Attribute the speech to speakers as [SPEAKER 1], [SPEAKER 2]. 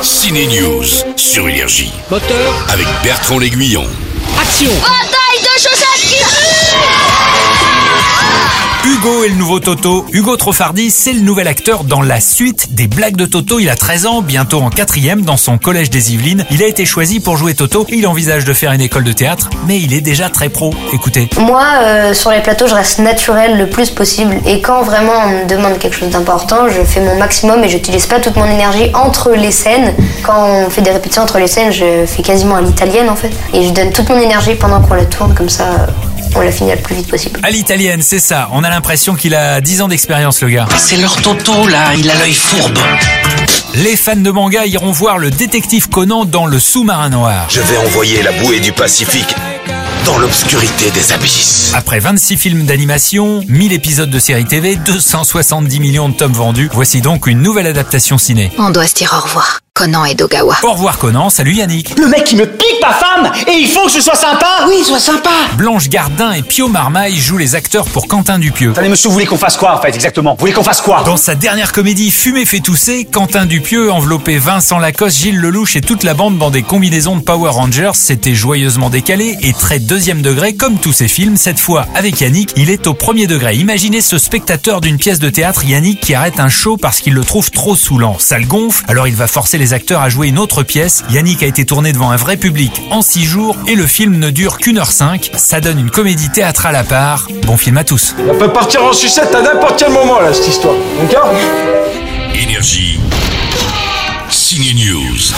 [SPEAKER 1] Ciné News sur Énergie
[SPEAKER 2] Moteur,
[SPEAKER 1] avec Bertrand L'Aiguillon.
[SPEAKER 2] action
[SPEAKER 3] Bataille de chaussettes qui
[SPEAKER 4] Hugo est le nouveau Toto. Hugo Trofardi, c'est le nouvel acteur dans la suite des blagues de Toto. Il a 13 ans, bientôt en quatrième, dans son collège des Yvelines. Il a été choisi pour jouer Toto et il envisage de faire une école de théâtre, mais il est déjà très pro. Écoutez.
[SPEAKER 5] Moi, euh, sur les plateaux, je reste naturel le plus possible. Et quand vraiment on me demande quelque chose d'important, je fais mon maximum et j'utilise pas toute mon énergie entre les scènes. Quand on fait des répétitions entre les scènes, je fais quasiment à l'italienne en fait. Et je donne toute mon énergie pendant qu'on la tourne, comme ça euh, on la finit le plus vite possible.
[SPEAKER 4] À l'italienne, c'est ça. On a l'impression qu'il a 10 ans d'expérience, le gars.
[SPEAKER 6] C'est leur toto là, il a l'œil fourbe.
[SPEAKER 4] Les fans de manga iront voir le détective Conan dans le sous-marin noir.
[SPEAKER 7] Je vais envoyer la bouée du Pacifique dans l'obscurité des abysses.
[SPEAKER 4] Après 26 films d'animation, 1000 épisodes de séries TV, 270 millions de tomes vendus, voici donc une nouvelle adaptation ciné.
[SPEAKER 8] On doit se dire au revoir. Conan et Dogawa.
[SPEAKER 4] Au revoir Conan, salut Yannick.
[SPEAKER 9] Le mec qui me pique ma femme et il faut que je sois sympa Oui, sois sympa
[SPEAKER 4] Blanche Gardin et Pio Marmaille jouent les acteurs pour Quentin Dupieux.
[SPEAKER 9] Attendez monsieur, vous voulez qu'on fasse quoi en fait exactement Vous voulez qu'on fasse quoi
[SPEAKER 4] Dans sa dernière comédie Fumer fait tousser, Quentin Dupieux enveloppait Vincent Lacoste, Gilles Lelouch et toute la bande dans des combinaisons de Power Rangers. C'était joyeusement décalé et très deuxième degré comme tous ses films. Cette fois, avec Yannick, il est au premier degré. Imaginez ce spectateur d'une pièce de théâtre, Yannick, qui arrête un show parce qu'il le trouve trop saoulant. Ça le gonfle, alors il va forcer les acteurs à jouer une autre pièce. Yannick a été tourné devant un vrai public en 6 jours et le film ne dure qu'une heure cinq. Ça donne une comédie théâtrale à part. Bon film à tous.
[SPEAKER 10] Elle peut partir en sucette à n'importe quel moment, là, cette histoire. D'accord
[SPEAKER 1] Énergie. Ciné News.